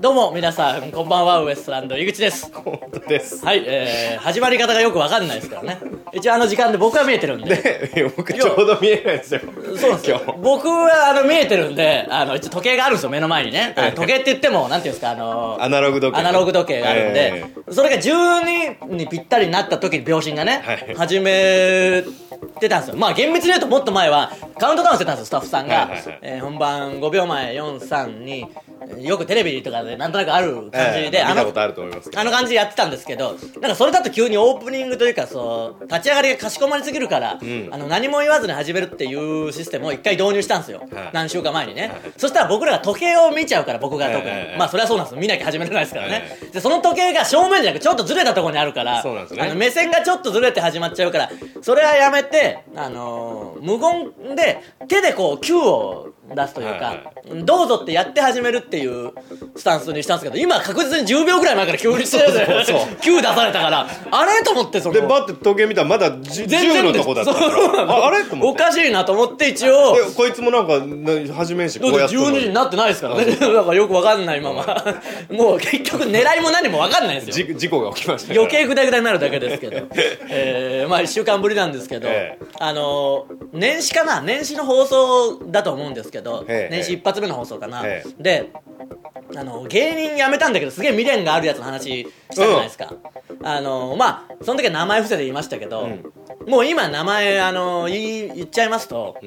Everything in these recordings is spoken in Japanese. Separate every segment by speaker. Speaker 1: どうも皆さんこんばんはウエストランド井口です
Speaker 2: 本当です。
Speaker 1: はい、えー、始まり方がよくわかんないですからね一応あの時間で僕は見えてるんで
Speaker 2: いや僕ちょうど見えないんですよ。
Speaker 1: そうなんです
Speaker 2: 今
Speaker 1: よ
Speaker 2: 日。
Speaker 1: 僕はあの見えてるんであの一応時計があるんですよ目の前にねあの
Speaker 2: ええ
Speaker 1: 時計って言ってもなんていうんですかあの
Speaker 2: アナログ時計。
Speaker 1: アナログ時計があるんで
Speaker 2: え、
Speaker 1: それが12にぴったりになった時に秒針がね、
Speaker 2: はい
Speaker 1: 始めてたんですよまあ厳密に言うともっと前はカウントダウンしてたんですよスタッフさんが、
Speaker 2: はいはいはい
Speaker 1: えー本番5秒前432よくテレビとかでなんとなくある感
Speaker 2: ええ
Speaker 1: じで、
Speaker 2: 見
Speaker 1: の
Speaker 2: たことあると思いますけど。
Speaker 1: あの感じでやってたんですけどなんかそれだと急にオープニングというかそう立ち上がりがかしこまりすぎるから、
Speaker 2: ん
Speaker 1: あの何も言わずに始めるっていうシステムを一回導入したんですよ、
Speaker 2: はい
Speaker 1: 何週間前にね、そしたら僕らが時計を見ちゃうから僕が特に、
Speaker 2: ええ
Speaker 1: まあそれはそうなんですよ見なきゃ始められないですからね、
Speaker 2: え
Speaker 1: でその時計が正面じゃなくちょっとずれたところにあるから
Speaker 2: そうなんですね
Speaker 1: あの目線がちょっとずれて始まっちゃうからそれはやめて、あのー無言で手でこう Q を出すというか、
Speaker 2: はいはい
Speaker 1: どうぞってやって始めるっていうスタンスにしたんですけど今確実に10秒ぐらい前から急にしてる
Speaker 2: そうそうそう
Speaker 1: 急出されたからあれと思ってその
Speaker 2: で、バッて時計見たらまだ10のとこだったか
Speaker 1: そうな
Speaker 2: ら。
Speaker 1: の
Speaker 2: ああれと思
Speaker 1: お
Speaker 2: って。
Speaker 1: かしいなと思って一応
Speaker 2: で、こいつもなんか、な初めんし、こ
Speaker 1: だっ
Speaker 2: う
Speaker 1: て
Speaker 2: や
Speaker 1: 12
Speaker 2: ってんのに。
Speaker 1: 時になって ないですからねだからよくわかんないままもう結局狙いも何もわかんないですよ
Speaker 2: じ事故が起きましたから
Speaker 1: 余計ぐだぐだになるだけですけ ど、えーまあ1週間ぶりなんですけど、
Speaker 2: え
Speaker 1: あのー年始かな年始の放送だと思うんですけど、
Speaker 2: ええ
Speaker 1: 年始一発目の放送かな、
Speaker 2: え
Speaker 1: であの芸人辞めたんだけどすげえ未練があるやつの話したじゃないですか、あのーまあその時は名前伏せて言いましたけど、もう今名前、あのー言い言っちゃいますと、
Speaker 2: ん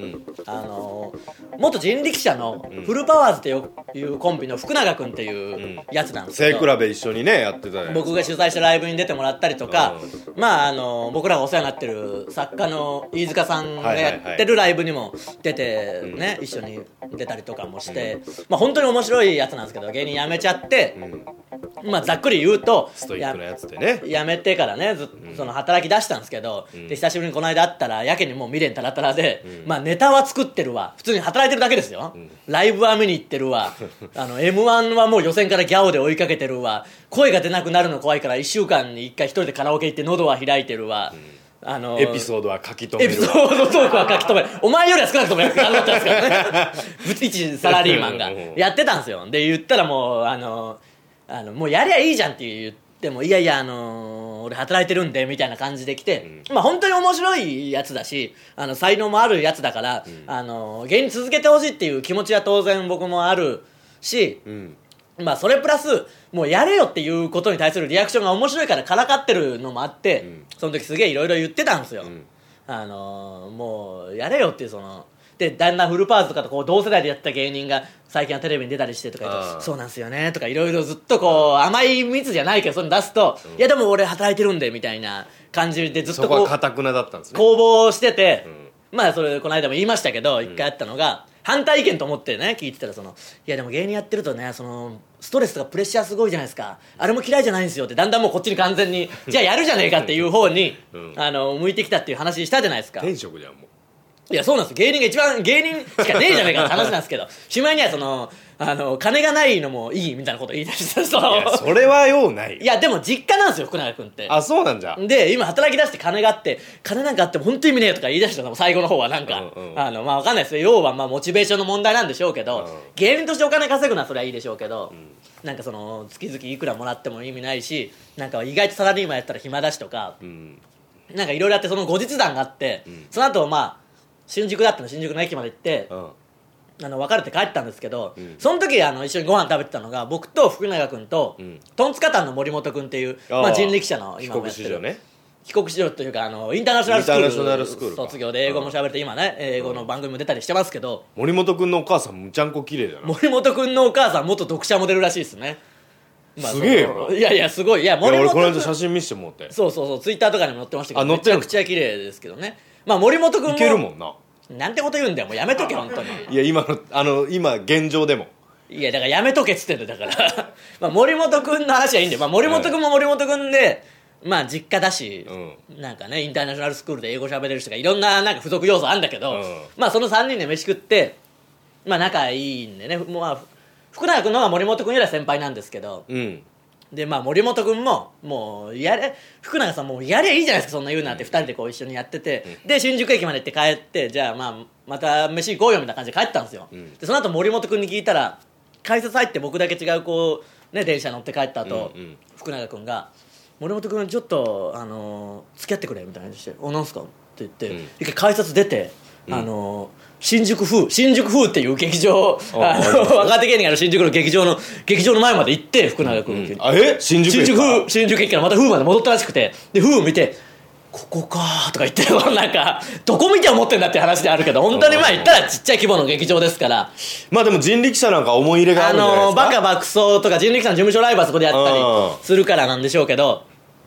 Speaker 1: あのー元人力車のフルパワーズといういうコンビの福永君っていうやつなんですけど、
Speaker 2: 背比べ一緒にね、やってたね。
Speaker 1: 僕が主催したライブに出てもらったりとか、まああの僕らがお世話になってる作家の飯塚さんがやってるライブにも出てね、一緒に出たりとかもして、まあ本当に面白いやつなんですけど芸人辞めちゃって、まあざっくり言うと
Speaker 2: ストイックなやつ でね。
Speaker 1: 辞めてからねずっとその働き出したんですけど、で久しぶりにこの間会ったらやけにもう未練たらたらで、まあネタは作ってるわ普通に働いてるだけですよ、ライブは見に行ってる わあの m 1はもう予選からギャオで追いかけてるわ声が出なくなるの怖いから1週間に1回一人でカラオケ行って喉は開いてるわ、あの
Speaker 2: エピソードは書き留
Speaker 1: エ
Speaker 2: め
Speaker 1: ピ
Speaker 2: る
Speaker 1: ソ
Speaker 2: わ。
Speaker 1: ードトークは書き留めるお前よりは少なくともや頑張ったんですからね 一サラリーマンが
Speaker 2: うん
Speaker 1: やってたんですよで言ったらもうあのあのもうやりゃいいじゃんって言ってもいやいやあの俺働いてるんでみたいな感じで来て、まあ本当に面白いやつだしあの才能もあるやつだから、あの芸人続けてほしいっていう気持ちは当然僕もあるし、
Speaker 2: うん。
Speaker 1: まあそれプラスもうやれよっていうことに対するリアクションが面白いからからかってるのもあって、その時すげえいろいろ言ってたんですよ、あのーもうやれよっていうそのでだんだんフルパワーズとかとこう同世代でやってた芸人が最近はテレビに出たりしてとか言う
Speaker 2: あ
Speaker 1: と
Speaker 2: ー
Speaker 1: そうなんすよねとかいろいろずっとこう甘い蜜じゃないけどそういうの出すと、いやでも俺働いてるんでみたいな感じでずっ
Speaker 2: そ
Speaker 1: と
Speaker 2: こ
Speaker 1: こ
Speaker 2: は
Speaker 1: う
Speaker 2: かたくなだったんですね。
Speaker 1: 攻防してて、まあそれこの間も言いましたけど一回あったのが、反対意見と思ってね聞いてたらそのいやでも芸人やってるとねそのストレスとかプレッシャーすごいじゃないですかあれも嫌いじゃないんですよってだんだんもうこっちに完全にじゃあやるじゃねえかっていう方に、
Speaker 2: うん
Speaker 1: あの向いてきたっていう話したじゃないですか
Speaker 2: 天職じゃん、も
Speaker 1: いや、そうなんです。芸人が一番、芸人しかねえじゃねえかって話なんですけど、 しまいにはその、あの、金がないのもいいみたいなこと言い出した人。
Speaker 2: う。いや、それはようない
Speaker 1: い
Speaker 2: よ。
Speaker 1: や、でも実家なんですよ、福永君って。
Speaker 2: あ、そうなんじゃ。
Speaker 1: で、今働き出して金があって、金なんかあっても本当に意味ねえよとか言い出したのも最後の方はなんか、
Speaker 2: うんうん
Speaker 1: あの、まあわかんないですよ。要はまあモチベーションの問題なんでしょうけど、
Speaker 2: うん
Speaker 1: 芸人としてお金稼ぐのはそれはいいでしょうけど、なんかその、月々いくらもらっても意味ないし、なんか意外とサラリーマンやったら暇だしとか、
Speaker 2: うん。
Speaker 1: なんかいろいろあってその後日談があって、その後まあ、新宿だったの新宿の駅まで行って、
Speaker 2: うん。
Speaker 1: あの別れて帰ったんですけど、
Speaker 2: ん
Speaker 1: その時あの一緒にご飯食べてたのが僕と福永君と、
Speaker 2: ん
Speaker 1: トンツカタンの森本君っていうまあ、人力車の今
Speaker 2: 帰
Speaker 1: もや
Speaker 2: 国
Speaker 1: って
Speaker 2: 子女
Speaker 1: る
Speaker 2: ね。
Speaker 1: 帰国子女というかあのインターナショナルスクール
Speaker 2: インターナショナルスクールか
Speaker 1: 卒業で英語も喋れて今ね英語の番組も出たりしてますけど、
Speaker 2: 森本くんのお母さんむちゃんこ綺麗だな。
Speaker 1: 森本君のお母さん元読者モデルらしいですね、
Speaker 2: すげえよ
Speaker 1: そのいやいやすごいいや
Speaker 2: いや
Speaker 1: 森
Speaker 2: 俺
Speaker 1: 本
Speaker 2: この間
Speaker 1: 君
Speaker 2: 写真見せてもらって
Speaker 1: そうそうそうツイッターとかにも載ってましたけ
Speaker 2: あ
Speaker 1: ど
Speaker 2: 載
Speaker 1: め
Speaker 2: って
Speaker 1: ち
Speaker 2: る
Speaker 1: ゃくちゃ綺麗ですけどねまあ森本君も
Speaker 2: いけるもんな
Speaker 1: なんてこと言うんだよもうやめとけ本当に
Speaker 2: いや今のあの今現状でも
Speaker 1: いやだからやめとけっつってんだよだから まあ森本君の話はいいんだよ、まあ、森本君も森本君で、まあ実家だし、なんかねインターナショナルスクールで英語喋れる人がいろんななんか付属要素あるんだけど、
Speaker 2: うん
Speaker 1: まあその3人で飯食ってまあ仲いいんでね、まあ、福永君の方が森本君よりは先輩なんですけど
Speaker 2: うん
Speaker 1: でまあ森本君ももうやれ福永さんもうやりゃいいじゃないですかそんな言うなって2人でこう一緒にやってて、で新宿駅まで行って帰ってじゃあまあまた飯行こうよみたいな感じで帰ったんですよ、でその後森本君に聞いたら改札入って僕だけ違うこうね、電車乗って帰った後、
Speaker 2: うんうん
Speaker 1: 福永君が「森本君ちょっと、あのー付き合ってくれ」みたいな話して「おなんすか?」って言って、
Speaker 2: うん
Speaker 1: 一回改札出て、あのー新宿風新宿風っていう劇場あの若手芸人がある新宿の劇場の劇場の前まで行って福永君、
Speaker 2: あえ新宿
Speaker 1: 新
Speaker 2: 駅
Speaker 1: 宿
Speaker 2: から
Speaker 1: 風新宿駅からまた風まで戻ったらしくてで風見て「ここか」とか言って なんかどこ見て思ってんだって話であるけど本当にまあ言ったらちっちゃい規模の劇場ですから
Speaker 2: まあでも人力車なんか思い入れがあ
Speaker 1: あ
Speaker 2: るんじゃないで
Speaker 1: の
Speaker 2: すか、
Speaker 1: バカ爆走とか人力車の事務所ライブはそこでやったりするからなんでしょうけど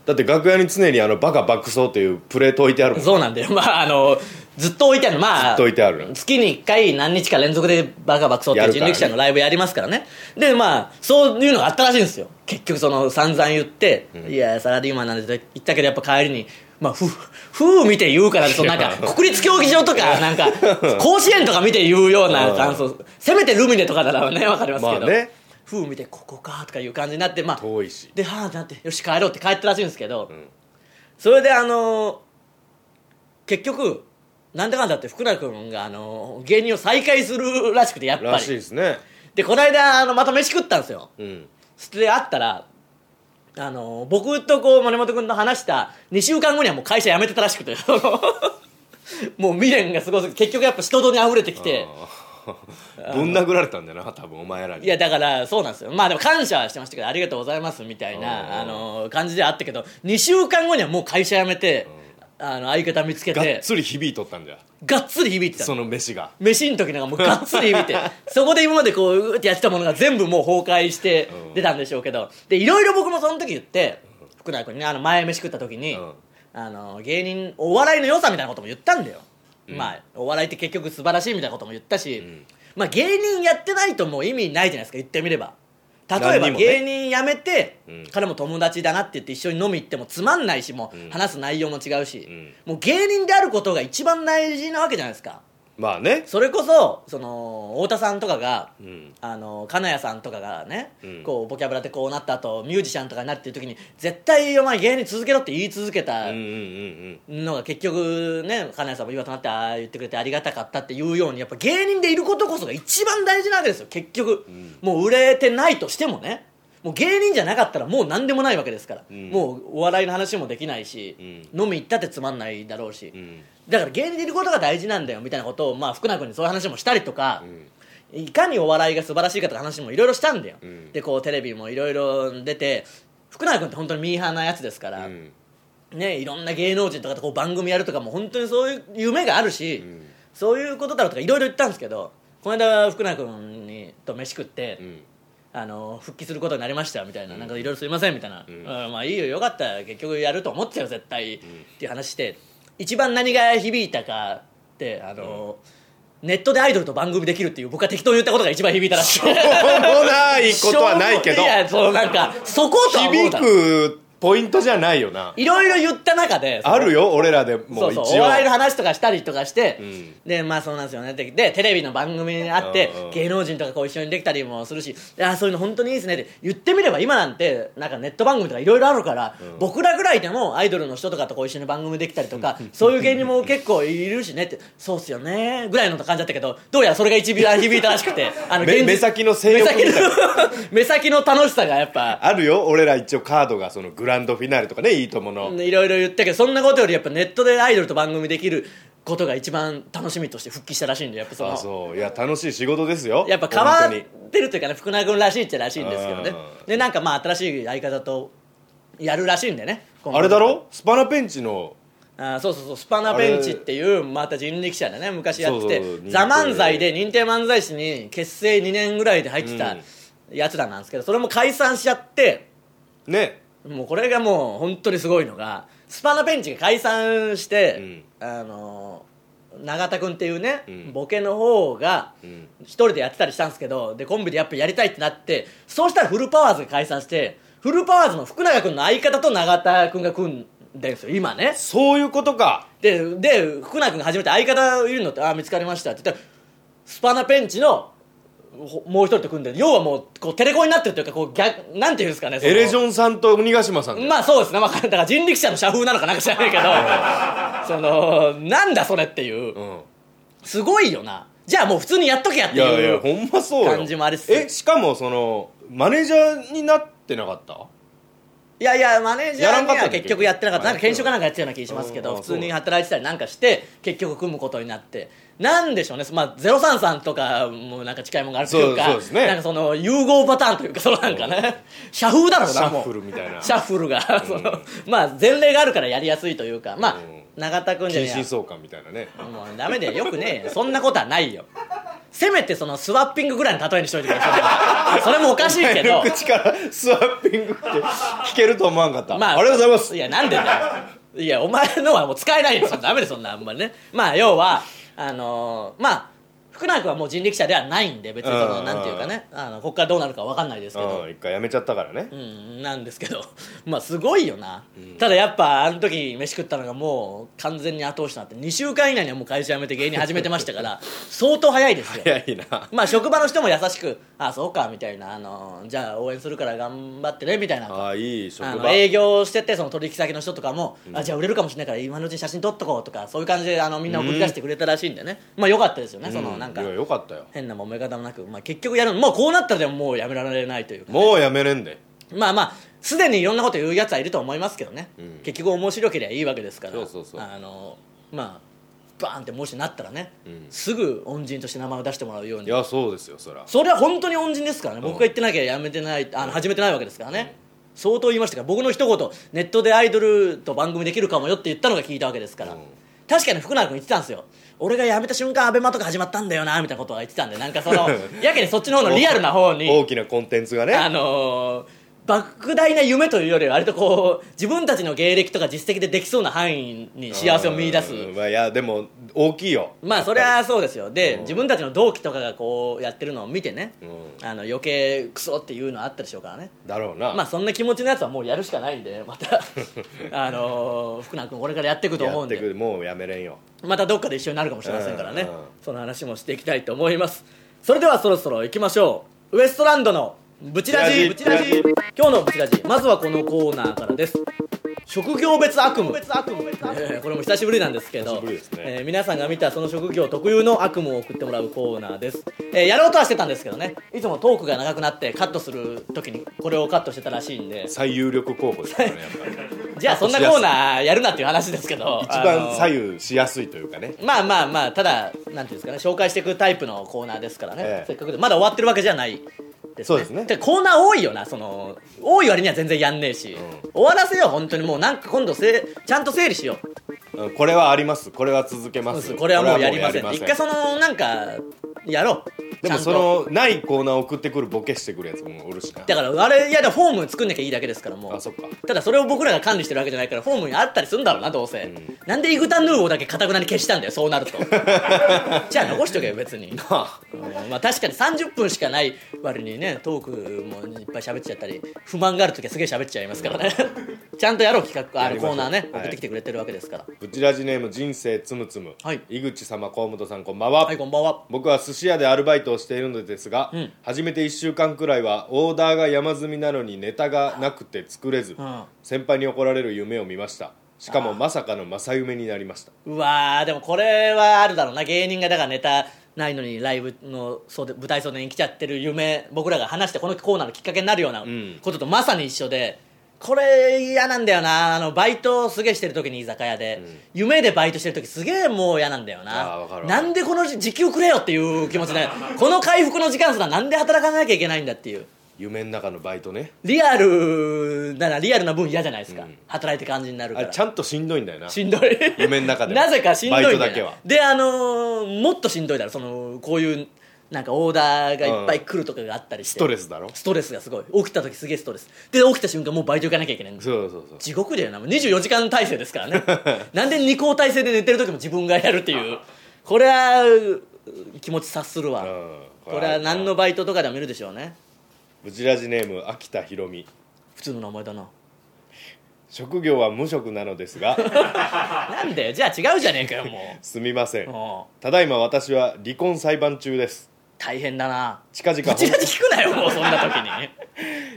Speaker 2: だって楽屋に常にあのバカ爆走というプレート置いてあるもん
Speaker 1: そうなんだよまああのずっと置いてあるまあ
Speaker 2: ずっと置いてある
Speaker 1: 月に1回何日か連続でバカ爆走っていう人力車のライブやりますからねでまあそういうのがあったらしいんですよ結局その散々言って、いやサラリーマンなんで言ったけどやっぱ帰りにまあふふう見て言うからそのなんか国立競技場と かなんか甲子園とか見て言うような感想せめてルミネとかならねわかりますけど、
Speaker 2: まあね
Speaker 1: ふう見てここかとかいう感じになってまあ
Speaker 2: 遠いし
Speaker 1: ではあってなってよし帰ろうって帰ったらしいんですけど、それであのー結局なんだかんだって福永君が、あのー芸人を再開するらしくてやっぱ
Speaker 2: らしい
Speaker 1: り
Speaker 2: ですね
Speaker 1: でこの間あのまた飯食ったんですよ
Speaker 2: うん
Speaker 1: それで会ったらあのー僕とこう森本君と話した2週間後にはもう会社辞めてたらしくてそのもう未練がすごすぎて結局やっぱ人とにあふれてきて
Speaker 2: あーぶん殴られたんだよな多分お前らに
Speaker 1: いやだからそうなんですよまあでも感謝はしてましたけどありがとうございますみたいなあ
Speaker 2: うん
Speaker 1: の感じではあったけど2週間後にはもう会社辞めてあの相方見つけ
Speaker 2: がってつり響いとったんだよ
Speaker 1: がっつり響いてた
Speaker 2: その飯が
Speaker 1: 飯の時なんかもうがっつり 響いてそこで今までこううーってやってたものが全部もう崩壊して
Speaker 2: うん
Speaker 1: 出たんでしょうけどでいろいろ僕もその時言って福永君にねあの前飯食った時に
Speaker 2: うん
Speaker 1: あの芸人お笑いの良さみたいなことも言ったんだよまあお笑いって結局素晴らしいみたいなことも言ったし
Speaker 2: ん
Speaker 1: まあ芸人やってないともう意味ないじゃないですか言ってみれば例え
Speaker 2: 何
Speaker 1: ば
Speaker 2: にもね
Speaker 1: 芸人辞めて
Speaker 2: うん
Speaker 1: 彼も友達だなって言って一緒に飲み行ってもつまんないしも
Speaker 2: ん
Speaker 1: う話す内容も違うし
Speaker 2: うん
Speaker 1: もう芸人であることが一番大事なわけじゃないですか
Speaker 2: まあね
Speaker 1: それこそその太田さんとかが、
Speaker 2: うん
Speaker 1: あの金谷さんとかがね、
Speaker 2: うん
Speaker 1: こうボキャブラでこうなった後ミュージシャンとかになってる時に絶対お前芸人続けろって言い続け
Speaker 2: うん
Speaker 1: た
Speaker 2: うんうん
Speaker 1: のが結局ね金谷さんも今となってああ言ってくれてありがたかったっていうようにやっぱ芸人でいることこそが一番大事なわけですよ結局、もう売れてないとしてもねもう芸人じゃなかったらもう何でもないわけですから、
Speaker 2: ん
Speaker 1: もうお笑いの話もできないし、
Speaker 2: う
Speaker 1: 飲み行ったってつまんないだろうし、
Speaker 2: うんうん
Speaker 1: だから芸人でいることが大事なんだよみたいなことを、まあ、福永君にそういう話もしたりとか、
Speaker 2: ん
Speaker 1: いかにお笑いが素晴らしいかとか話もいろいろしたんだよ、
Speaker 2: ん
Speaker 1: でこうテレビもいろいろ出て福永君って本当にミーハーなやつですから、
Speaker 2: うん
Speaker 1: ね、いろんな芸能人とかとこう番組やるとかも本当にそういう夢があるし、そういうことだろうとかいろいろ言ったんですけどこの間福永君にと飯食って、
Speaker 2: うん
Speaker 1: あの復帰することになりましたみたいな、なんかいろいろすいませんみたいな、うんまあいいよよかったら結局やると思ってたよ絶対、っていう話して一番何が響いたかってあの、ネットでアイドルと番組できるっていう僕が適当に言ったことが 一番響いたらしい
Speaker 2: もうないことはないけ ど
Speaker 1: しょうもやそうなんかそことは思う
Speaker 2: 響
Speaker 1: だ
Speaker 2: くポイントじゃないよない
Speaker 1: ろいろ言った中で
Speaker 2: あるよ俺らでも
Speaker 1: そう
Speaker 2: 一
Speaker 1: そ
Speaker 2: 応
Speaker 1: うお笑いの話とかしたりとかして、
Speaker 2: ん
Speaker 1: でまあそうなんですよねででテレビの番組にあって
Speaker 2: うんうん
Speaker 1: 芸能人とかこう一緒にできたりもするし「あそういうの本当にいいですね」って言ってみれば今なんてなんかネット番組とかいろいろあるから、僕らぐらいでもアイドルの人とかとこう一緒に番組できたりとか そういう芸人も結構いるしねって「そうっすよね」ぐらいの感じだったけどどうやらそれが一番響いたらしくてあの
Speaker 2: 目
Speaker 1: 現実
Speaker 2: 目先の性欲
Speaker 1: 目先の目先の楽しさがやっぱ
Speaker 2: あるよ俺ら一応カードがそのグランドフィナーレとかねいいともの、
Speaker 1: いろいろ言ったけどそんなことよりやっぱネットでアイドルと番組できることが一番楽しみとして復帰したらしいんでやっぱその
Speaker 2: あそういや楽しい仕事ですよ
Speaker 1: やっぱ変
Speaker 2: 本
Speaker 1: わ
Speaker 2: 当に
Speaker 1: ってるというかね福永君らしいっちゃらしいんですけどね
Speaker 2: あー
Speaker 1: でなんかまあ新しい相方とやるらしいんでね今度
Speaker 2: あれだろスパナペンチの
Speaker 1: あーそうそうそうスパナペンチっていうまた人力車でね昔やってて
Speaker 2: そうそう
Speaker 1: ザ・漫才で認定漫才師に結成2年ぐらいで入ってた
Speaker 2: うん
Speaker 1: やつらなんですけどそれも解散しちゃって
Speaker 2: ね
Speaker 1: もうこれがもう本当にすごいのがスパナペンチが解散して、あの永田君っていうね、
Speaker 2: ん
Speaker 1: ボケの方が
Speaker 2: ん
Speaker 1: 一人でやってたりしたんですけどでコンビでやっぱやりたいってなってそうしたらフルパワーズが解散してフルパワーズの福永君の相方と永田君が組んでんですよ今ね
Speaker 2: そういうことか
Speaker 1: でで福永君が初めて相方いるのって「ああ見つかりました」って言ったらスパナペンチのほもう一人と組んでる要はもうこうテレコになってるというかこう逆なんていうんですかねその
Speaker 2: エレジョンさんと鬼ヶ島さんだよ
Speaker 1: まあそうですね、まあ、だから人力車の社風なのかなんか知らないけどそのなんだそれっていう
Speaker 2: うん
Speaker 1: すごいよなじゃあもう普通にやっとけやって
Speaker 2: いやい
Speaker 1: い
Speaker 2: や
Speaker 1: う
Speaker 2: ほんまそうよ
Speaker 1: 感じもあるっす
Speaker 2: えしかもそのマネージャーになってなかった
Speaker 1: いやいやマネージャ
Speaker 2: やら
Speaker 1: ー
Speaker 2: ん
Speaker 1: に
Speaker 2: かった
Speaker 1: は
Speaker 2: んだ
Speaker 1: 結局やってなかったなんか研修かなんかやってたような気がしますけ
Speaker 2: うん
Speaker 1: ど
Speaker 2: うん
Speaker 1: 普通に働いてたりなんかして結局組むことになってなんでしょうね、まあ、033とかもなんか近いもんがあるというか
Speaker 2: そうそうですね
Speaker 1: なんかその融合パターンというかそのなんかね社風だろう
Speaker 2: シ
Speaker 1: な
Speaker 2: ャ
Speaker 1: も
Speaker 2: ッ
Speaker 1: う
Speaker 2: フルみたいな
Speaker 1: シャッフルがその、まあ前例があるからやりやすいというかまあ
Speaker 2: う
Speaker 1: 永田君じゃね
Speaker 2: 近
Speaker 1: え
Speaker 2: 親
Speaker 1: や
Speaker 2: 相関みたいなね
Speaker 1: もうダメでよくねえよそんなことはないよせめてそのスワッピングぐらいの例えにしといてくださいそれもおかしいけど
Speaker 2: 口からスワッピングって聞けると思わんかった、
Speaker 1: まあ、
Speaker 2: ありがとうございます
Speaker 1: いや、なんでだよ。いや、お前のはもう使えないよ。そんなダメで、そんな、あんまりね。まあ、要は、あのーまあ、福永君はもう人力車ではないんで、別にその、
Speaker 2: うん
Speaker 1: なんていうかね、あの、こっからどうなるかわかんないですけど
Speaker 2: う、ん一回やめちゃったからね
Speaker 1: う、ん、なんですけど、まあ、すごいよな。ただやっぱ、あの時飯食ったのがもう完全に後押しとなって、2週間以内にはもう会社辞めて芸人始めてましたから、相当早いですよ。
Speaker 2: 早い な
Speaker 1: まあ、職場の人も優しく、あ、そうか、みたいな、あのーじゃあ応援するから頑張ってね、みたいな。
Speaker 2: ああいい職
Speaker 1: あ
Speaker 2: 場
Speaker 1: の営業しててその取引先の人とかも、あじゃあ売れるかもしれないから今のうちに写真撮っとこうとかそういう感じであのみんな送り出してくれたらしいんでね、まあ良かったですよね、そのなんか
Speaker 2: いやよかったよ
Speaker 1: 変な揉め方もなく、まあ、結局やるのもうこうなったらでももうやめられないというか
Speaker 2: もうやめれんで
Speaker 1: まあまあすでにいろんなこと言うやつはいると思いますけどね、
Speaker 2: うん
Speaker 1: 結局面白ければいいわけですから
Speaker 2: そうそうそう
Speaker 1: あのまあバーンってもしなったらね、
Speaker 2: ん
Speaker 1: すぐ恩人として名前を出してもらうよう
Speaker 2: い
Speaker 1: に
Speaker 2: やそうですよそら
Speaker 1: それは本当に恩人ですからね僕が言ってなきゃやめてないあの始めてないわけですからね相当言いましたから僕の一言ネットでアイドルと番組できるかもよって言ったのが聞いたわけですから、
Speaker 2: うん
Speaker 1: 確かに福永君言ってたんですよ俺が辞めた瞬間アベマとか始まったんだよなみたいなことは言ってたんでなんかそ のやけにそっちの方のリアルな方に
Speaker 2: 大きなコンテンツがね
Speaker 1: あのー、莫大な夢というよりは割とこう自分たちの芸歴とか実績でできそうな範囲に幸せを見出す
Speaker 2: うんまあいやでも大きいよ
Speaker 1: まあそれはそうですよで自分たちの同期とかがこうやってるのを見てね、
Speaker 2: う
Speaker 1: あの余計クソっていうのはあったでしょうからね
Speaker 2: だろうな
Speaker 1: まあそんな気持ちのやつはもうやるしかないんでまた あのー福永君これからやっていくと思
Speaker 2: や
Speaker 1: う
Speaker 2: っ
Speaker 1: ん
Speaker 2: てく
Speaker 1: で
Speaker 2: るもうやめれんよ
Speaker 1: またどっかで一緒になるかもしれませんからね、
Speaker 2: うんうん
Speaker 1: その話もしていきたいと思いますそれではそろそろ行きましょうウエストランドのブチラジ
Speaker 2: ブチラジ
Speaker 1: 今日のブチラジまずはこのコーナーからです職業別悪夢えーこれも久しぶりなんですけ
Speaker 2: 久
Speaker 1: ど
Speaker 2: しぶりですね
Speaker 1: えー皆さんが見たその職業特有の悪夢を送ってもらうコーナーです、えーやろうとはしてたんですけどねいつもトークが長くなってカットする時にこれをカットしてたらしいんで
Speaker 2: 最有力候補ですからねやっぱり
Speaker 1: じ ゃあそんなコーナーやるなっていう話ですけど
Speaker 2: 一
Speaker 1: あの
Speaker 2: 番左右しやすいというかね
Speaker 1: まあまあまあただなんていうんですかね紹介していくタイプのコーナーですからね、
Speaker 2: ええ
Speaker 1: せっかくでまだ終わってるわけじゃないですね
Speaker 2: そうですね
Speaker 1: てコーナー多いよなその多い割には全然やんねえし、終わらせよう本当にもうなんか今度せちゃんと整理しよう
Speaker 2: うんこれはありますこれは続け
Speaker 1: そ
Speaker 2: ま
Speaker 1: うですすこれはもうやりま
Speaker 2: こ
Speaker 1: せ
Speaker 2: れ
Speaker 1: ん
Speaker 2: はもう
Speaker 1: 一回そのなんかやろう
Speaker 2: で
Speaker 1: ちゃ
Speaker 2: も
Speaker 1: んと
Speaker 2: そのないコーナー送ってくるボケしてくるやつもおるしな
Speaker 1: だからあれいやでもフォーム作んなきゃいいだけですからも
Speaker 2: あそっ
Speaker 1: う
Speaker 2: か
Speaker 1: ただそれを僕らが管理してるわけじゃないからフォームにあったりするんだろうなどうせ、
Speaker 2: ん
Speaker 1: なんでイグタンヌーボーだけかたくなに消したんだよそうなる とじゃあ残しとけよ別に
Speaker 2: あ
Speaker 1: うんまあ確かに30分しかない割にねトークもいっぱい喋っちゃったり不満がある時はすげえ喋っちゃいますからね ちゃんとやろう企画あ
Speaker 2: や
Speaker 1: の
Speaker 2: りま
Speaker 1: コ
Speaker 2: しょ
Speaker 1: ー
Speaker 2: う
Speaker 1: ナーね
Speaker 2: はい
Speaker 1: 送ってきてくれてるわけですから
Speaker 2: ブチラジネーム人生つむつむ、
Speaker 1: はい
Speaker 2: 井口様河本さんこんばんは、
Speaker 1: はいこんばんは
Speaker 2: 僕は寿司屋でアルバイトをしているのですが、
Speaker 1: うん
Speaker 2: 初めて1週間くらいはオーダーが山積みなのにネタがなくて作れず、
Speaker 1: うん
Speaker 2: 先輩に怒られる夢を見ましたしかもまさかの正夢になりました
Speaker 1: うわーでもこれはあるだろうな芸人がだからネタないのにライブの袖舞台袖に来ちゃってる夢僕らが話してこのコーナーのきっかけになるようなんこととまさに一緒で、これ嫌なんだよなあのバイトをすげえしてる時に居酒屋で、夢でバイトしてる時すげえもう嫌なんだよ
Speaker 2: あー
Speaker 1: な
Speaker 2: わかるわか
Speaker 1: な
Speaker 2: る
Speaker 1: んでこの時給くれよっていう気持ちで この回復の時間すらなんで働かなきゃいけないんだっていう
Speaker 2: 夢の中のバイトね
Speaker 1: リアルならリアルな分嫌じゃないですか、働いて感じになる
Speaker 2: あ
Speaker 1: か
Speaker 2: れ
Speaker 1: ら
Speaker 2: ちゃんとしんどいんだよ な
Speaker 1: しんどい
Speaker 2: 夢の中で
Speaker 1: なぜかしんどいんだよ
Speaker 2: バイトだけは
Speaker 1: であのーもっとしんどいだろそのこういうなんかオーダーがいっぱい来るとかがあったりして、
Speaker 2: ストレスだろ
Speaker 1: ストレスがすごい起きた時すげえストレスで起きた瞬間もうバイト行かなきゃいけないんです
Speaker 2: そうそうそう
Speaker 1: 地獄だよなもう24時間体制ですからね なんで2交体制で寝てる時も自分がやるっていうこれはう気持ち察するわ、
Speaker 2: うん
Speaker 1: これは何のバイトとかでも見るでしょうね
Speaker 2: ブチラジネーム秋田ひろみ
Speaker 1: 普通の名前だな
Speaker 2: 職業は無職なのですが
Speaker 1: なんだよじゃあ違うじゃねえかよも
Speaker 2: すみませ
Speaker 1: う
Speaker 2: ん
Speaker 1: もう
Speaker 2: ただいま私は離婚裁判中です
Speaker 1: 大変だな
Speaker 2: 近々
Speaker 1: ブ
Speaker 2: 本
Speaker 1: チラジ聞くなよもうそんな時に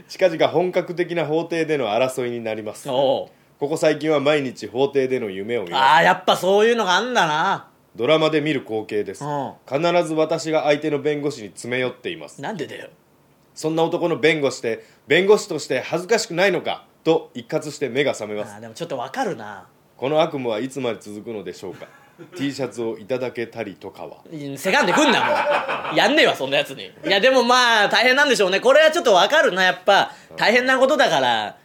Speaker 2: 近々本格的な法廷での争いになります
Speaker 1: おう
Speaker 2: ここ最近は毎日法廷での夢を見ま
Speaker 1: ああやっぱそういうのがあんだな
Speaker 2: ドラマで見る光景です
Speaker 1: うん
Speaker 2: 必ず私が相手の弁護士に詰め寄っています
Speaker 1: なんでだよ
Speaker 2: そんな男の弁護して弁護士として恥ずかしくないのかと一括して目が覚め
Speaker 1: あ
Speaker 2: ます
Speaker 1: ーでもちょっとわかるな
Speaker 2: この悪夢はいつまで続くのでしょうか T シャツをいただけたりとかはい
Speaker 1: せがんでくんなもうやんねえわそんなやつにいやでもまあ大変なんでしょうねこれはちょっとわかるなやっぱ大変なことだから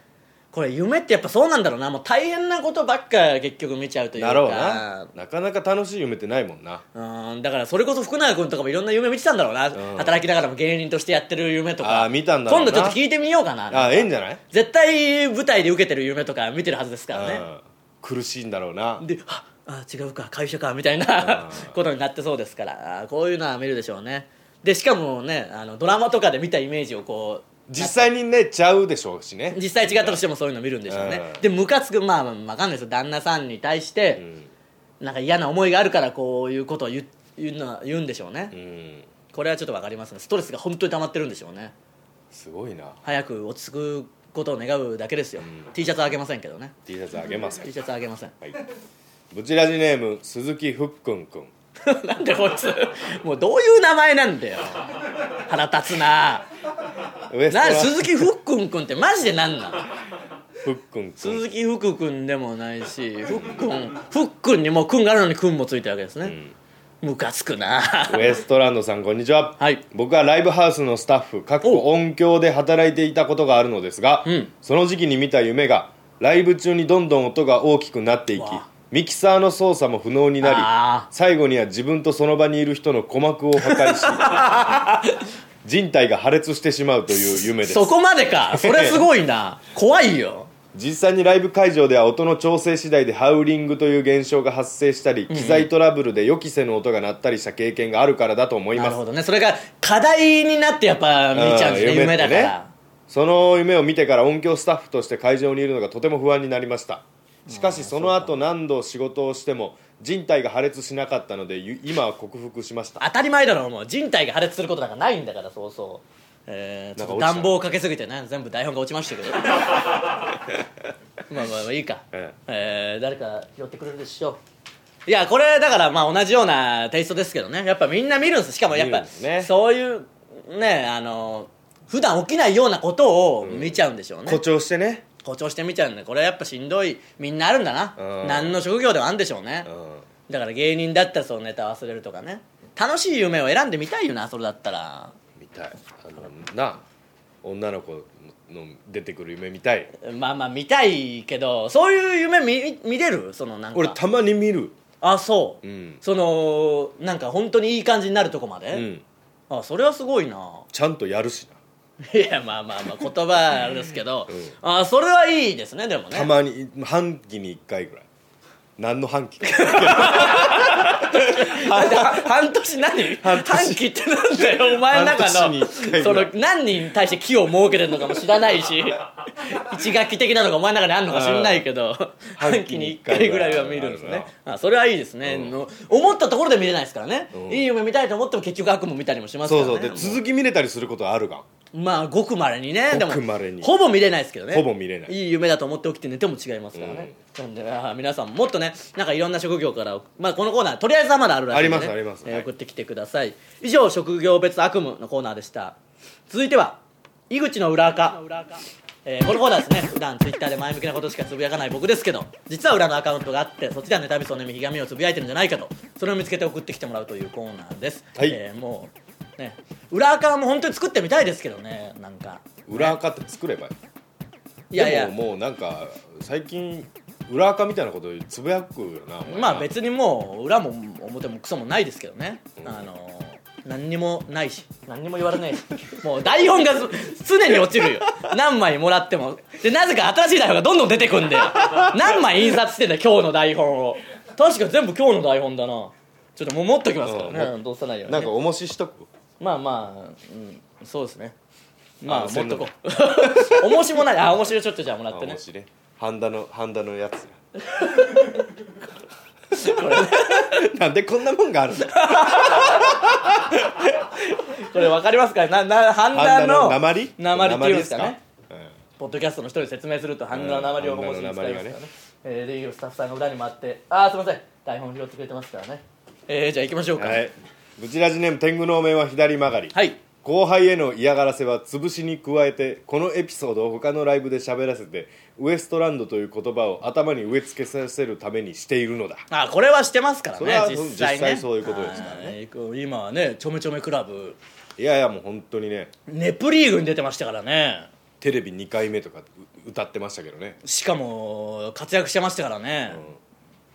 Speaker 1: これ夢ってやっぱそうなんだろうなもう大変なことばっか結局見ちゃうというか
Speaker 2: だろうななかなか楽しい夢ってないもんな
Speaker 1: うんだからそれこそ福永君とかもいろんな夢見てたんだろうな、
Speaker 2: ん
Speaker 1: 働きながらも芸人としてやってる夢とか
Speaker 2: あー見たんだろうな
Speaker 1: 今度ちょっと聞いてみようかな
Speaker 2: ああええんじゃない
Speaker 1: 絶対舞台で受けてる夢とか見てるはずですから
Speaker 2: う
Speaker 1: ね
Speaker 2: ん苦しいんだろうな
Speaker 1: でああ違うか会社かみたいなことになってそうですからあーこういうのは見るでしょうねでしかもねあのドラマとかで見たイメージをこう
Speaker 2: 実際にねちゃうでしょうしね
Speaker 1: 実際違ったとしてもそういうの見るんでしょうね
Speaker 2: うん
Speaker 1: でムカつくまあ分かんないですよ旦那さんに対して、なんか嫌な思いがあるからこういうことを言う言うのは言うんでしょうね、
Speaker 2: うん
Speaker 1: これはちょっと分かりますねストレスが本当に溜まってるんでしょうね
Speaker 2: すごいな
Speaker 1: 早く落ち着くことを願うだけですよ、T シャツはあげませんけどね
Speaker 2: T シャツあげます
Speaker 1: T シャツはあげません
Speaker 2: はいブチラジネーム鈴木ふっくんくん
Speaker 1: なんでこいつもうどういう名前なんだよ腹立つな
Speaker 2: ウエスト
Speaker 1: な
Speaker 2: ラ
Speaker 1: 鈴木ふっくんくんってマジでなんなん
Speaker 2: ふっくんくん
Speaker 1: 鈴木福くんでもないしふっくんふっくんにもうくんがあるのにくんもついてるわけですねムカつくな
Speaker 2: ウエストランドさんこんにちは、
Speaker 1: はい
Speaker 2: 僕はライブハウスのスタッフかっこ音響で働いていたことがあるのですが、
Speaker 1: ん
Speaker 2: その時期に見た夢がライブ中にどんどん音が大きくなっていき
Speaker 1: わあ
Speaker 2: ミキサーの操作も不能にな
Speaker 1: ああ
Speaker 2: り最後には自分とその場にいる人の鼓膜を破壊し 人体が破裂してしまうという夢です
Speaker 1: そこまでかそれすご いな怖いよ
Speaker 2: 実際にライブ会場では音の調整次第でハウリングという現象が発生したり、機材トラブルで予期せぬ音が鳴ったりした経験があるからだと思い
Speaker 1: な
Speaker 2: ま
Speaker 1: る
Speaker 2: す
Speaker 1: ほどねそれが課題になってやっぱ見ちゃうんですね
Speaker 2: うん
Speaker 1: 夢だから、
Speaker 2: 夢ってねその夢を見てから音響スタッフとして会場にいるのがとても不安になりましたしかしその後何度仕事をしても人体が破裂しなかったのでゆ今は克服しました
Speaker 1: 当たり前だろもう人体が破裂することなんかないんだからそうそうえー、ちょっと
Speaker 2: なんか落ちた
Speaker 1: 暖房かけすぎてね全部台本が落ちました けどまあまあまあいいか、
Speaker 2: え
Speaker 1: えー誰か拾ってくれるでしょういやこれだからまあ同じようなテイストですけどねやっぱみんな見るんですしかもやっ
Speaker 2: 見
Speaker 1: ぱ、
Speaker 2: るんですね
Speaker 1: そういうねあの普段起きないようなことを見ちゃうんでしょうね、
Speaker 2: 誇張してね、
Speaker 1: 誇張して見ちゃうんでこれはやっぱしんどいみんなあるんだな、
Speaker 2: うん
Speaker 1: 何の職業でもあるんでしょうね、
Speaker 2: う
Speaker 1: だから芸人だったらそのネタ忘れるとかね楽しい夢を選んでみたいよなそれだったら
Speaker 2: ん、見たいあのな女の子の出てくる夢見たい
Speaker 1: まあまあ見たいけどそういう夢見見れるそのなんか
Speaker 2: 俺たまに見る
Speaker 1: あそう、
Speaker 2: うん
Speaker 1: そのなんか本当にいい感じになるとこま
Speaker 2: う
Speaker 1: で、
Speaker 2: ん
Speaker 1: あそれはすごい な
Speaker 2: ちゃんとやるしない
Speaker 1: やまあまあまあ言葉はあれですけど、あそれはいいですねでもね
Speaker 2: たまに半期に1回 ぐらい何の半期か
Speaker 1: 半年何半期ってなんだ よお前の中
Speaker 2: 半年に
Speaker 1: の
Speaker 2: 一回
Speaker 1: そ
Speaker 2: ぐら
Speaker 1: の
Speaker 2: い
Speaker 1: 何人に対して木を設けてるのかも知らない し一学期的なのがお前の中にあるのか知らないけど半
Speaker 2: 半
Speaker 1: 期
Speaker 2: 期
Speaker 1: に
Speaker 2: に
Speaker 1: 1
Speaker 2: 一
Speaker 1: 回
Speaker 2: 回
Speaker 1: ぐ
Speaker 2: ぐ
Speaker 1: ら
Speaker 2: ら
Speaker 1: い
Speaker 2: い
Speaker 1: は
Speaker 2: は
Speaker 1: 見
Speaker 2: 見
Speaker 1: る
Speaker 2: る
Speaker 1: ん
Speaker 2: ん
Speaker 1: でね
Speaker 2: ですすね
Speaker 1: あそれはいいですね、の思ったところで見れないですからね、
Speaker 2: ん
Speaker 1: いい夢見たいと思っても結局悪夢見たりもしますか
Speaker 2: そ
Speaker 1: ら
Speaker 2: う
Speaker 1: ね
Speaker 2: そうで続き見れたりすることあるがん
Speaker 1: まあごくまれにねでも
Speaker 2: ごく稀に
Speaker 1: ほぼ見れないですけどね
Speaker 2: ほぼ見れない
Speaker 1: いい夢だと思って起きて寝ても違いますからね、なんであー皆さんもっとねなんかいろんな職業から、まあ、このコーナーとりあえずはまだあるらしいんで、ね、
Speaker 2: ありますあります
Speaker 1: えー
Speaker 2: はい
Speaker 1: 送ってきてください以上職業別悪夢のコーナーでした続いては井口の裏垢えーこのコーナーですね普段ツイッターで前向きなことしかつぶやかない僕ですけど実は裏のアカウントがあってそっちではネタビソネミひがみをつぶやいてるんじゃないかとそれを見つけて送ってきてもらうというコーナーです、
Speaker 2: はい
Speaker 1: えーもうね裏垢も本当に作ってみたいですけどねなんか
Speaker 2: 裏垢って作ればいい
Speaker 1: いやいや
Speaker 2: でももうなんか最近裏垢みたいなことつぶやくよなお前な
Speaker 1: まあ別にもう裏も表もクソもないですけどね、あの何にもないし何にも言われないし もう台本がず常に落ち るよ何枚もらってもでなぜか新しい台本がどんどん出てく んで何枚印刷してんだよ今日の台本を確か全部今日の台本だなちょっともう持っときますからね、
Speaker 2: うん
Speaker 1: うんどうせないように
Speaker 2: な
Speaker 1: ね
Speaker 2: んかおもししとく
Speaker 1: まあまあ、うん、そうですねまあ
Speaker 2: あ
Speaker 1: 持
Speaker 2: そ
Speaker 1: っ
Speaker 2: ん
Speaker 1: と
Speaker 2: な
Speaker 1: こう 重しもないあ重しをちょっとじゃあもらって
Speaker 2: お
Speaker 1: ね
Speaker 2: もしね半田の半田のやつや なんでこんなもんがあるんだ
Speaker 1: これ分かりますかなな判
Speaker 2: 半田
Speaker 1: 断の
Speaker 2: の鉛
Speaker 1: 鉛っていうんですかね
Speaker 2: 鉛です
Speaker 1: ポッドキャストの人に説明すると半グラの鉛を面白に使いますから
Speaker 2: うん半グラの鉛が
Speaker 1: ね
Speaker 2: ね
Speaker 1: えーでいいよスタッフさんが裏に回って「ああすいません台本拾ってくれてますからね、えー、じゃあ行きましょうか
Speaker 2: は
Speaker 1: はい、
Speaker 2: いブチラジネーム天狗のお面は左曲がり、
Speaker 1: はい、
Speaker 2: 後輩への嫌がらせは潰しに加えてこのエピソードを他のライブで喋らせてウエストランドという言葉を頭に植え付けさせるためにしているのだ
Speaker 1: あこれはしてますから
Speaker 2: それは
Speaker 1: ね実際
Speaker 2: 実
Speaker 1: ね
Speaker 2: 際そういうことですからね
Speaker 1: はいこう今はねちょめちょめクラブ
Speaker 2: いやいやもう本当にね
Speaker 1: ネプリーグに出てましたからね
Speaker 2: テレビ2回目とかう歌ってましたけどね
Speaker 1: しかも活躍してましたからね、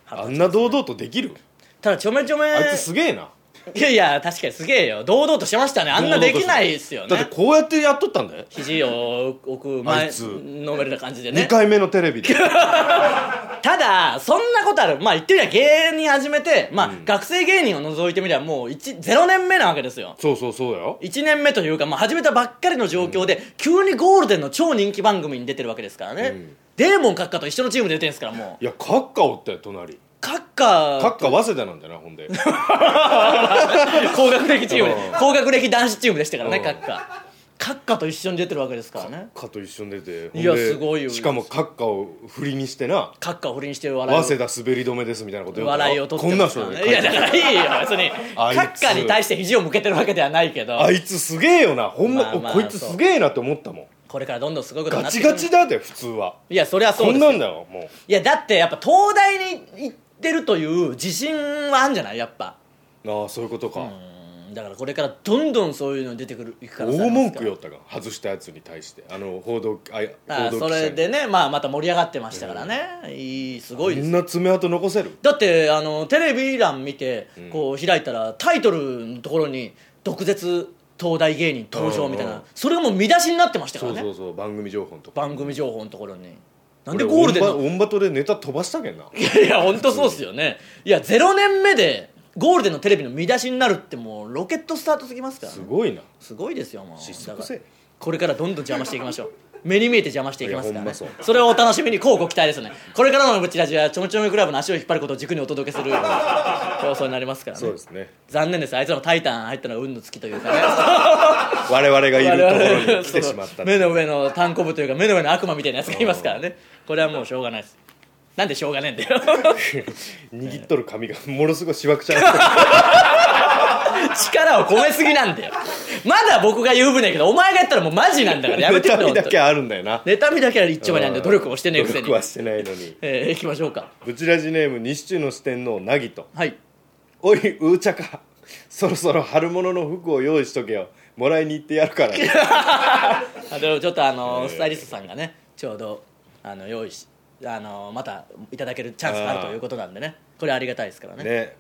Speaker 2: あんな堂々とできる
Speaker 1: ただちょめちょめ
Speaker 2: あいつすげえない
Speaker 1: やいや確かにすげえよ堂々としてましたねあんなできないですよ
Speaker 2: だって
Speaker 1: ね
Speaker 2: こうやってやっとったんだよ
Speaker 1: 肘を置く
Speaker 2: あ
Speaker 1: 前
Speaker 2: いつ
Speaker 1: のめりな感じで
Speaker 2: 2
Speaker 1: ね
Speaker 2: 回目のテレビで
Speaker 1: ただそんなことあるまあ言ってみりゃ芸人始めてまあ、学生芸人を除いてみりゃもう1 0年目なわけですよ
Speaker 2: そうそうそうだよ
Speaker 1: 1年目というか、まあ、始めたばっかりの状況で、急にゴールデンの超人気番組に出てるわけですからね、デーモン閣下と一緒のチームで出てるんですからもう
Speaker 2: いやカッカおったよ隣
Speaker 1: 閣下
Speaker 2: カッカ早稲田なんだよなほんで
Speaker 1: 高学歴チームで
Speaker 2: うん
Speaker 1: 高学歴男子チームでしたからね
Speaker 2: うん
Speaker 1: 閣下閣下と一緒に出てるわけですからね
Speaker 2: カと一緒に出てほんで
Speaker 1: いやすごいよ
Speaker 2: しかもカッカを振りにしてな
Speaker 1: 閣下を不倫して笑いを
Speaker 2: 早稲田滑り止めですみたいなこと言うから
Speaker 1: 笑いを取って
Speaker 2: こんな
Speaker 1: ますから
Speaker 2: 人
Speaker 1: ね
Speaker 2: で
Speaker 1: いやだからいいよ別に
Speaker 2: あいつ
Speaker 1: 閣下に対して肘を向けてるわけではないけど
Speaker 2: あいつすげえよなほんま、
Speaker 1: まあまあ
Speaker 2: こいつすげえなって思ったもん
Speaker 1: これからどんどんすごいことにな
Speaker 2: ガ
Speaker 1: って
Speaker 2: チ
Speaker 1: くる
Speaker 2: ガチだって普通はい
Speaker 1: やそれはそ
Speaker 2: こ
Speaker 1: うんです
Speaker 2: な
Speaker 1: よ
Speaker 2: んだよも
Speaker 1: いやだってやっぱ東大に行ってるという自信はあるんじゃないやっぱ
Speaker 2: うああそういうことか、
Speaker 1: うんだからこれからどんどんそういうのに出てくるいくから
Speaker 2: 大文句よったが外したやつに対してあの報道あ
Speaker 1: あ
Speaker 2: 報道
Speaker 1: そ
Speaker 2: 記者
Speaker 1: れ
Speaker 2: に
Speaker 1: でね、まあ、また爪盛り上がってましたからね、いいすごい
Speaker 2: み
Speaker 1: です
Speaker 2: んな爪痕残せる
Speaker 1: だってあのテレビ欄見てこう開いたら、タイトルのところに「毒舌東大芸人登場」みたいな、
Speaker 2: うんうん
Speaker 1: それがもう見出しになってましたか
Speaker 2: そ
Speaker 1: ら
Speaker 2: う
Speaker 1: ね
Speaker 2: そうそう番組情報のとこ
Speaker 1: 番組情報のところになんでゴールデン
Speaker 2: 俺オ
Speaker 1: の
Speaker 2: ンバオンバトでネタ飛ばしたけんない
Speaker 1: やいや本当そうっすよねいや0年目でゴールデンのテレビの見出しになるってもうロケットスタートすぎますからね、
Speaker 2: すごいな
Speaker 1: すごいですよもう
Speaker 2: 失速
Speaker 1: だか
Speaker 2: せ
Speaker 1: らこれからどんどん邪魔していきましょう 目に見えて邪魔していきますから、
Speaker 2: いや
Speaker 1: ね、
Speaker 2: ほんまそう
Speaker 1: れをお楽しみに乞うご期待ですねこれからのブチラジはちょめちょめクラブの足を引っ張ることを軸にお届けす る放送になりますからね
Speaker 2: そうですね
Speaker 1: 残念ですあいつらの「タイタン」入ったのは運の尽きというかね
Speaker 2: 我々 がいるところに来てしまっ
Speaker 1: そ
Speaker 2: た
Speaker 1: う目の上の単行部というか目の上の悪魔みたいなやつがいますからねこれはもうしょうがないですなんでしょうがねえんだよ
Speaker 2: 握っとる髪がものすごいしわくちゃなって
Speaker 1: 力を込めすぎなんだよまだ僕が言う分やけどお前がやったらもうマジなんだから やめ
Speaker 2: る
Speaker 1: てくれ
Speaker 2: 妬みだけ
Speaker 1: 本
Speaker 2: あるんだよな
Speaker 1: 当に妬みだけは一丁前なんで努力をしてねえくせ
Speaker 2: 努
Speaker 1: に
Speaker 2: 力はしてないのに
Speaker 1: えー、行きましょうか
Speaker 2: ブチラジネーム西中の四天王なぎと
Speaker 1: はい
Speaker 2: おいうーちゃかそろそろ春物の服を用意しとけよもらいに行ってやるからね
Speaker 1: あでもちょっとあのー
Speaker 2: えー
Speaker 1: スタイリストさんがねちょうどあの用意しあのーまたいただけるチャンスがあるということなんでねこれありがたいですからね
Speaker 2: ね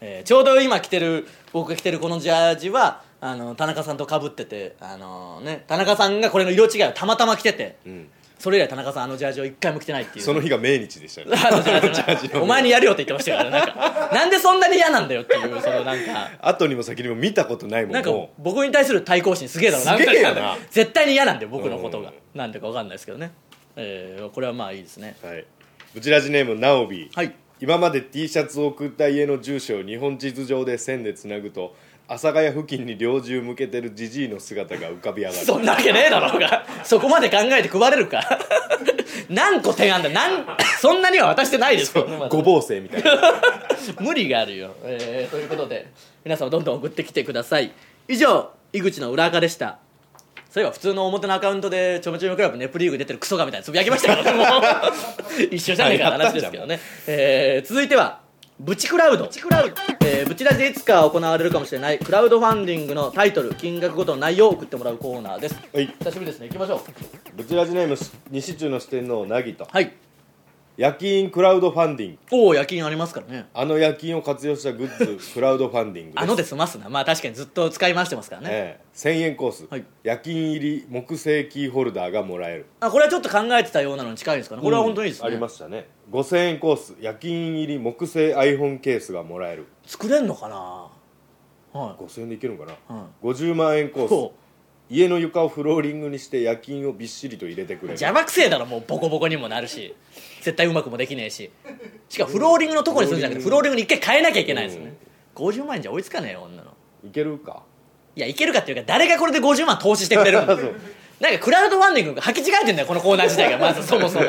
Speaker 1: えーちょうど今着てる僕が着てるこのジャージはあの田中さんとかぶっててあのーね田中さんがこれの色違いをたまたま着てて、
Speaker 2: ん
Speaker 1: それ以来田中さんあのジャージを一回も着てないっていう
Speaker 2: その日が命日でしたよね
Speaker 1: あのジャージのお前にやるよって言ってましたからなんかなんでそんなに嫌なんだよっていうそのなんか
Speaker 2: 後にも先にも見たことないもん
Speaker 1: なんか
Speaker 2: も
Speaker 1: 僕に対する対抗心すげえだろな
Speaker 2: すげえよなん
Speaker 1: か絶対に嫌なんだよ僕のことが
Speaker 2: うん
Speaker 1: なんでかわかんないですけどね、えーこれはまあいいですね
Speaker 2: う、はい、ブチラジネームナオビー
Speaker 1: はい
Speaker 2: 今まで T シャツを送った家の住所を日本地図上で線でつなぐと阿佐ヶ谷付近に猟銃向けてるジジイの姿が浮かび上がる
Speaker 1: そんなわけねえだろうがそこまで考えて配れるか 何個提案だ何そんなには渡してないですよ
Speaker 2: ごぼう星みたいな
Speaker 1: 無理があるよ、えーということで皆さんもどんどん送ってきてください以上井口の裏垢でしたそういえば普通の表のアカウントでちょめちょめクラブネプリーグ出てるクソがみたいなつぶやきました からねもう一緒じゃねえかって話ですけどね、えー続いてはブチクラウドブチクラウド、えーブチラジでいつか行われるかもしれないクラウドファンディングのタイトル金額ごとの内容を送ってもらうコーナーです
Speaker 2: はい
Speaker 1: 久しぶりですね行きましょう
Speaker 2: ブチラジネーム西中の四天王なぎと
Speaker 1: はい
Speaker 2: 夜勤クラウドファンディング
Speaker 1: おお夜勤ありますからね
Speaker 2: あの夜勤を活用したグッズクラウドファンディングです
Speaker 1: あので済ますなまあ確かにずっと使い回してますからね、
Speaker 2: ええ1000円コース、
Speaker 1: はい
Speaker 2: 夜勤入り木製キーホルダーがもらえる
Speaker 1: あこれはちょっと考えてたようなのに近いですかねこれは本当にいいですね、
Speaker 2: ありましたね5000円コース夜勤入り木製 iPhone ケースがもらえる
Speaker 1: 作れんのかなは
Speaker 2: 5000円でいけるのかな、
Speaker 1: うん
Speaker 2: 50万円コ
Speaker 1: いそ
Speaker 2: ース
Speaker 1: う
Speaker 2: 家の床をフローリングにして夜勤をびっしりと入れてくれる
Speaker 1: 邪魔くせえだろもうボコボコにもなるし絶対うまくもできねえししかもフローリングのとこにするんじゃなくてフローリングに一回変えなきゃいけないんですね、50万円じゃ追いつかねえよ女の
Speaker 2: いけるか
Speaker 1: いやいけるかっていうか誰がこれで50万投資してくれるんだ
Speaker 2: そう
Speaker 1: なんかクラウドファンディングが履き違えてんだよこのコーナー自体がまずそもそも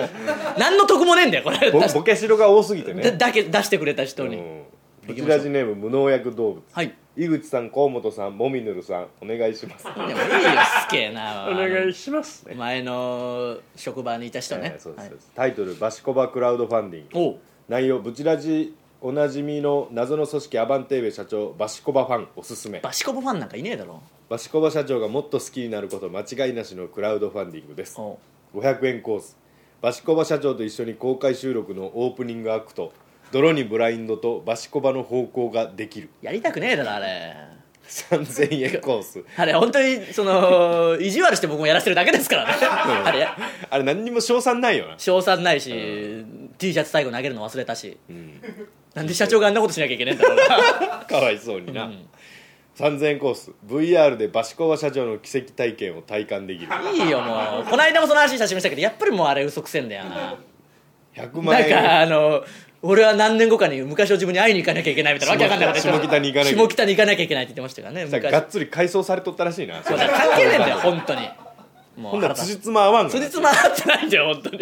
Speaker 1: 何の得もねえんだよこれ
Speaker 2: ぼ
Speaker 1: 出し
Speaker 2: ボケしろが多すぎて
Speaker 1: だ
Speaker 2: ね、
Speaker 1: だけ出してくれた人
Speaker 2: う
Speaker 1: に、
Speaker 2: ん
Speaker 1: 行
Speaker 2: プ
Speaker 1: き
Speaker 2: チ
Speaker 1: まし
Speaker 2: ラ
Speaker 1: ょう
Speaker 2: ジネーム無農薬動物
Speaker 1: はいい
Speaker 2: 井口さん河本さんもみぬるさんお願いします
Speaker 1: やもういいよすげえな
Speaker 2: いします
Speaker 1: あの前の職場にいた人ね、
Speaker 2: えーそうです
Speaker 1: はい
Speaker 2: そうですタイトル「バシコバクラウドファンディング」
Speaker 1: おう
Speaker 2: 内容ブチラジおなじみの謎の組織アバンテーベ社長バシコバファンおすすめ
Speaker 1: バシコボファンなんかいねえだろ
Speaker 2: バシコバ社長がもっと好きになること間違いなしのクラウドファンディングです
Speaker 1: おう
Speaker 2: 500円コースバシコバ社長と一緒に公開収録のオープニングアクト「泥にブラインドとバシコバの方向ができる
Speaker 1: やりたくねえだろあれ」
Speaker 2: 3000円コース
Speaker 1: あれ本当にその 意地悪して僕もやらせてるだけですからねあれ
Speaker 2: あれ何にも賞賛ないよな
Speaker 1: 賞賛ないし、T シャツ最後投げるの忘れたし、なんで社長があんなことしなきゃいけないんだろうな
Speaker 2: かわいそうにな、3000円コース VR でバシコバ社長の奇跡体験を体感できる
Speaker 1: いいよもうこの間もその話久しぶりにしたけどやっぱりもうあれ嘘くせえんだよな
Speaker 2: 100万
Speaker 1: なん
Speaker 2: 円
Speaker 1: かあの俺は何年後かに昔の自分に会いに行かなきゃいけないみたいなわけわかんなかった
Speaker 2: 下北に行かなきゃいけない
Speaker 1: 下北に行かなきゃいけないって言ってましたからね
Speaker 2: さ
Speaker 1: 昔
Speaker 2: がっつり改装されとったらしいな
Speaker 1: そうだ関係ねえんだよ本当にも
Speaker 2: ほんなら辻
Speaker 1: つ
Speaker 2: 褄合わんが
Speaker 1: 辻つま合ってないんだよ本当に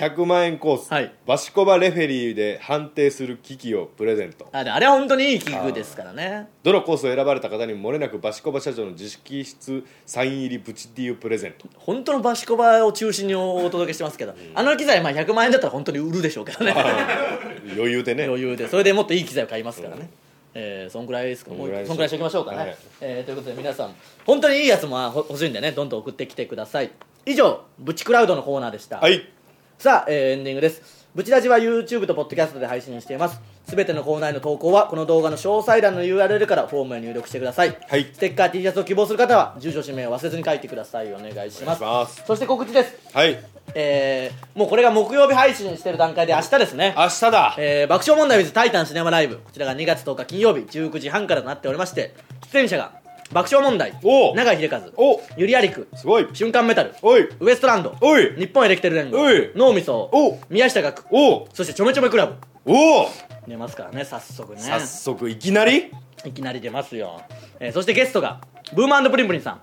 Speaker 2: 100万円コース、
Speaker 1: はい
Speaker 2: バシコバレフェリーで判定する機器をプレゼント
Speaker 1: あであれは本当にいい器具ですからね
Speaker 2: どのコースを選ばれた方にも漏れなくバシコバ社長の自識室サイン入りプチティーをプレゼン ト
Speaker 1: 本当のバシコバを中心にお届けしてますけど、あの機材まあ100万円だったら本当に売るでしょうけどね
Speaker 2: 余裕でね
Speaker 1: 余裕でそれでもっといい機材を買いますからね、えーそんくらいですか
Speaker 2: そ
Speaker 1: も
Speaker 2: ん
Speaker 1: う
Speaker 2: ぐらい
Speaker 1: そんくらいしておきましょうかね、
Speaker 2: はい
Speaker 1: えーということで皆さん本当にいいやつもあほ欲しいんでねどんどん送ってきてください以上ブチクラウドのコーナーでした、
Speaker 2: はい
Speaker 1: さあ、えーエンディングですブチラジは YouTube と Podcast で配信していますすべてのコーナーへの投稿はこの動画の詳細欄の URL からフォームへ入力してください、
Speaker 2: はい
Speaker 1: ステッカー T シャツを希望する方は住所氏名を忘れずに書いてくださいお願いします
Speaker 2: お願いします
Speaker 1: そして告知です
Speaker 2: はい
Speaker 1: えーもうこれが木曜日配信してる段階で明日ですね
Speaker 2: 明日だ
Speaker 1: えー爆笑問題 with タイタンシネマライブこちらが2月10日金曜日19時半からとなっておりまして出演者が爆笑問題
Speaker 2: おう
Speaker 1: 永井秀和
Speaker 2: お
Speaker 1: ゆりやりく
Speaker 2: すごい
Speaker 1: 瞬間メタル
Speaker 2: おい
Speaker 1: ウエストランド
Speaker 2: おい
Speaker 1: 日本エレキテル連合
Speaker 2: おい
Speaker 1: 脳みそ
Speaker 2: お
Speaker 1: 宮下岳
Speaker 2: おう
Speaker 1: そしてちょめちょめクラブ
Speaker 2: おう
Speaker 1: 出ますからね早速ね
Speaker 2: 早速いきなり
Speaker 1: いきなり出ますよ、えーそしてゲストがブーマンプリンプリンさん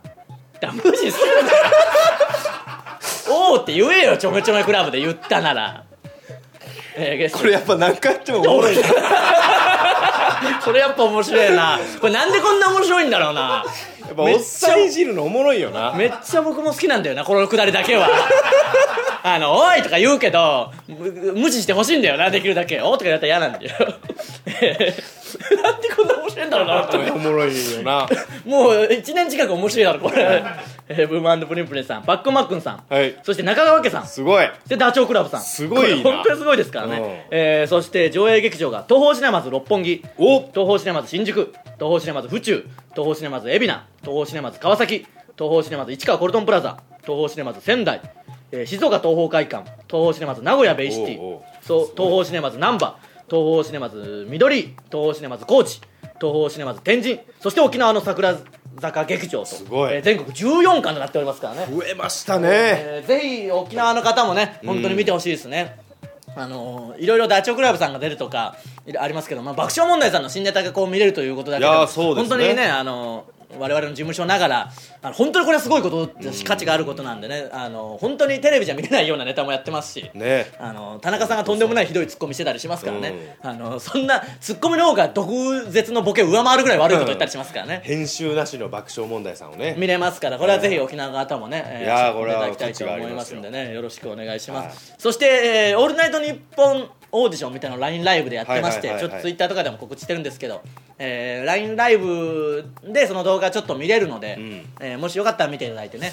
Speaker 1: だ無視するな おーって言えよちょめちょめクラブで言ったなら、えーゲスト
Speaker 2: これやっぱ何回やってもおも ろいなや
Speaker 1: それやっぱ面白いなこれなんでこんな面白いんだろうな
Speaker 2: っぱおっさんいじるのおもろい よな
Speaker 1: めっちゃ僕も好きなんだよなこのくだりだけは あの「おい!」とか言うけどむ無視してほしいんだよなできるだけ「お」とかやったら嫌なんだよ なんでこんな面白いんだろうな本当に
Speaker 2: おもろいよな
Speaker 1: もう1年近く面白いだろこれ、えーブームプリンプリンさんバックマックンさん、
Speaker 2: はい
Speaker 1: そして中川家さん
Speaker 2: すごい
Speaker 1: でダチョウ倶楽部さん
Speaker 2: すごいな
Speaker 1: これ本当にすごいですからね、
Speaker 2: うん
Speaker 1: えーそして上映劇場が東宝シネマズ六本木
Speaker 2: お
Speaker 1: 東宝シネマズ新宿東宝シネマズ府中東宝シネマズ海老名東宝シネマズ川崎東宝シネマズ市川コルトンプラザ東宝シネマズ仙台、えー静岡東宝会館東宝シネマズ名古屋ベイシティ
Speaker 2: おうおう
Speaker 1: そう東宝シネマズ難波東宝シネマズ緑東宝シネマズ高知東宝シネマズ天神そして沖縄の桜坂劇場とす
Speaker 2: ごい
Speaker 1: えー全国14巻となっておりますからね
Speaker 2: 増えましたね
Speaker 1: えーぜひ沖縄の方もね本当に見てほしいですね、あのーいろいろダチョウ倶楽部さんが出るとかいろありますけど、まあ、爆笑問題さんの新ネタがこう見れるということだけで
Speaker 2: いや
Speaker 1: も
Speaker 2: ーそうです
Speaker 1: 本
Speaker 2: ね
Speaker 1: 当にね、あのー我々の事務所ながらあの本当にこれはすごいことだし価値があることなんでね、あのー本当にテレビじゃ見れないようなネタもやってますし、
Speaker 2: ね
Speaker 1: あの田中さんがとんでもないひどいツッコミしてたりしますからね、あのそんなツッコミの方が毒舌のボケを上回るぐらい悪いこと言ったりしますからね、
Speaker 2: 編集なしの爆笑問題さんをね
Speaker 1: 見れますからこれはぜひ沖縄の方もね、えー
Speaker 2: い
Speaker 1: 知
Speaker 2: やー
Speaker 1: って
Speaker 2: これはい
Speaker 1: ただきたいと思いますんでねよろしくお願いします、
Speaker 2: は
Speaker 1: そして、えーオールナイトニッポン」オーディションみたいなのを LINE ライブでやってまして、
Speaker 2: はいはいはいはい
Speaker 1: ちょっとツイッターとかでも告知してるんですけど、えー LINE ライブでその動画ちょっと見れるので、
Speaker 2: ん
Speaker 1: えーもしよかったら見ていただいてね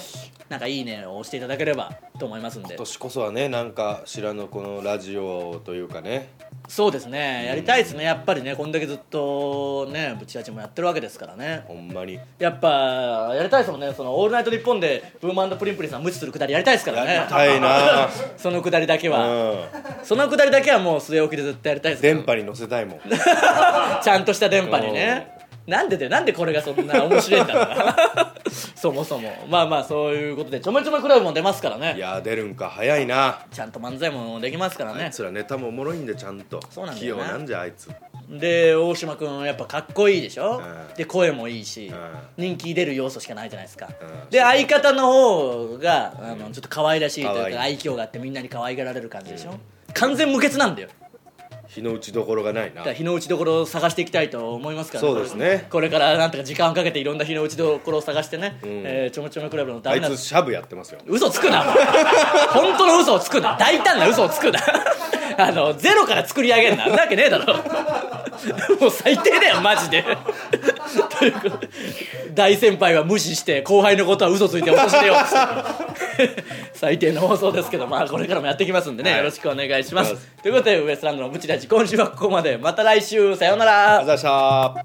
Speaker 1: なんか「いいね」を押していただければと思いますんで
Speaker 2: 今年こそはねなんか知らぬこのラジオというかね
Speaker 1: そうですねやりたいですねやっぱりねこんだけずっとねぶちあちもやってるわけですからね
Speaker 2: ほんまに
Speaker 1: やっぱやりたいですもんねその「オールナイトニッポン」でブーマンプリンプリンさん無視するくだりやりたいですからね
Speaker 2: やりたいな
Speaker 1: そのくだりだけは、
Speaker 2: う
Speaker 1: そのくだりだけはもう据え置きでずっとやりたいで
Speaker 2: ん
Speaker 1: すから
Speaker 2: 電波に乗せたいもん
Speaker 1: ちゃんとした電波にねなんででなんでこれがそんな面白いんだろうな そもそもまあまあそういうことでちょめちょめクラブも出ますから
Speaker 2: い
Speaker 1: ね
Speaker 2: やー出るんか早いな
Speaker 1: ちゃんと漫才もできますから
Speaker 2: あ
Speaker 1: ね
Speaker 2: いつらネタもおもろいんでちゃんと
Speaker 1: そうなんだ
Speaker 2: 器
Speaker 1: よ
Speaker 2: 用
Speaker 1: な
Speaker 2: なんじゃあいつ
Speaker 1: で大島君やっぱかっこいいでしょ、
Speaker 2: うん
Speaker 1: で声もいいし、
Speaker 2: うん
Speaker 1: 人気出る要素しかないじゃないですか、
Speaker 2: うん
Speaker 1: で相方の方があのちょっと可愛らしいという
Speaker 2: 可
Speaker 1: か
Speaker 2: 愛い
Speaker 1: 愛嬌があってみんなに可愛がられる感じでしょ、完全無欠なんだよ
Speaker 2: 日の打ちどころがないな
Speaker 1: だから日の打ちどころを探していきたいと思いますから
Speaker 2: そうですね
Speaker 1: これからなんとか時間をかけていろんな日の打ちどころを探してね、えーちょめちょめクラブの
Speaker 2: あ
Speaker 1: ダメ
Speaker 2: い
Speaker 1: な
Speaker 2: つシャブやってますよ
Speaker 1: 嘘つくなお前本当の嘘をつくな大胆な嘘をつくな あのゼロから作り上げんなあんなわけねえだろ もう最低だよマジで ということで大先輩は無視して後輩のことは嘘ついて落としてようとして 最低の放送ですけどまあこれからもやっていきますんでね、
Speaker 2: はい
Speaker 1: よろしくお願いします
Speaker 2: お願いし
Speaker 1: ということでウエストランドのブチラジ今週はここまでまた来週さようなら
Speaker 2: あざした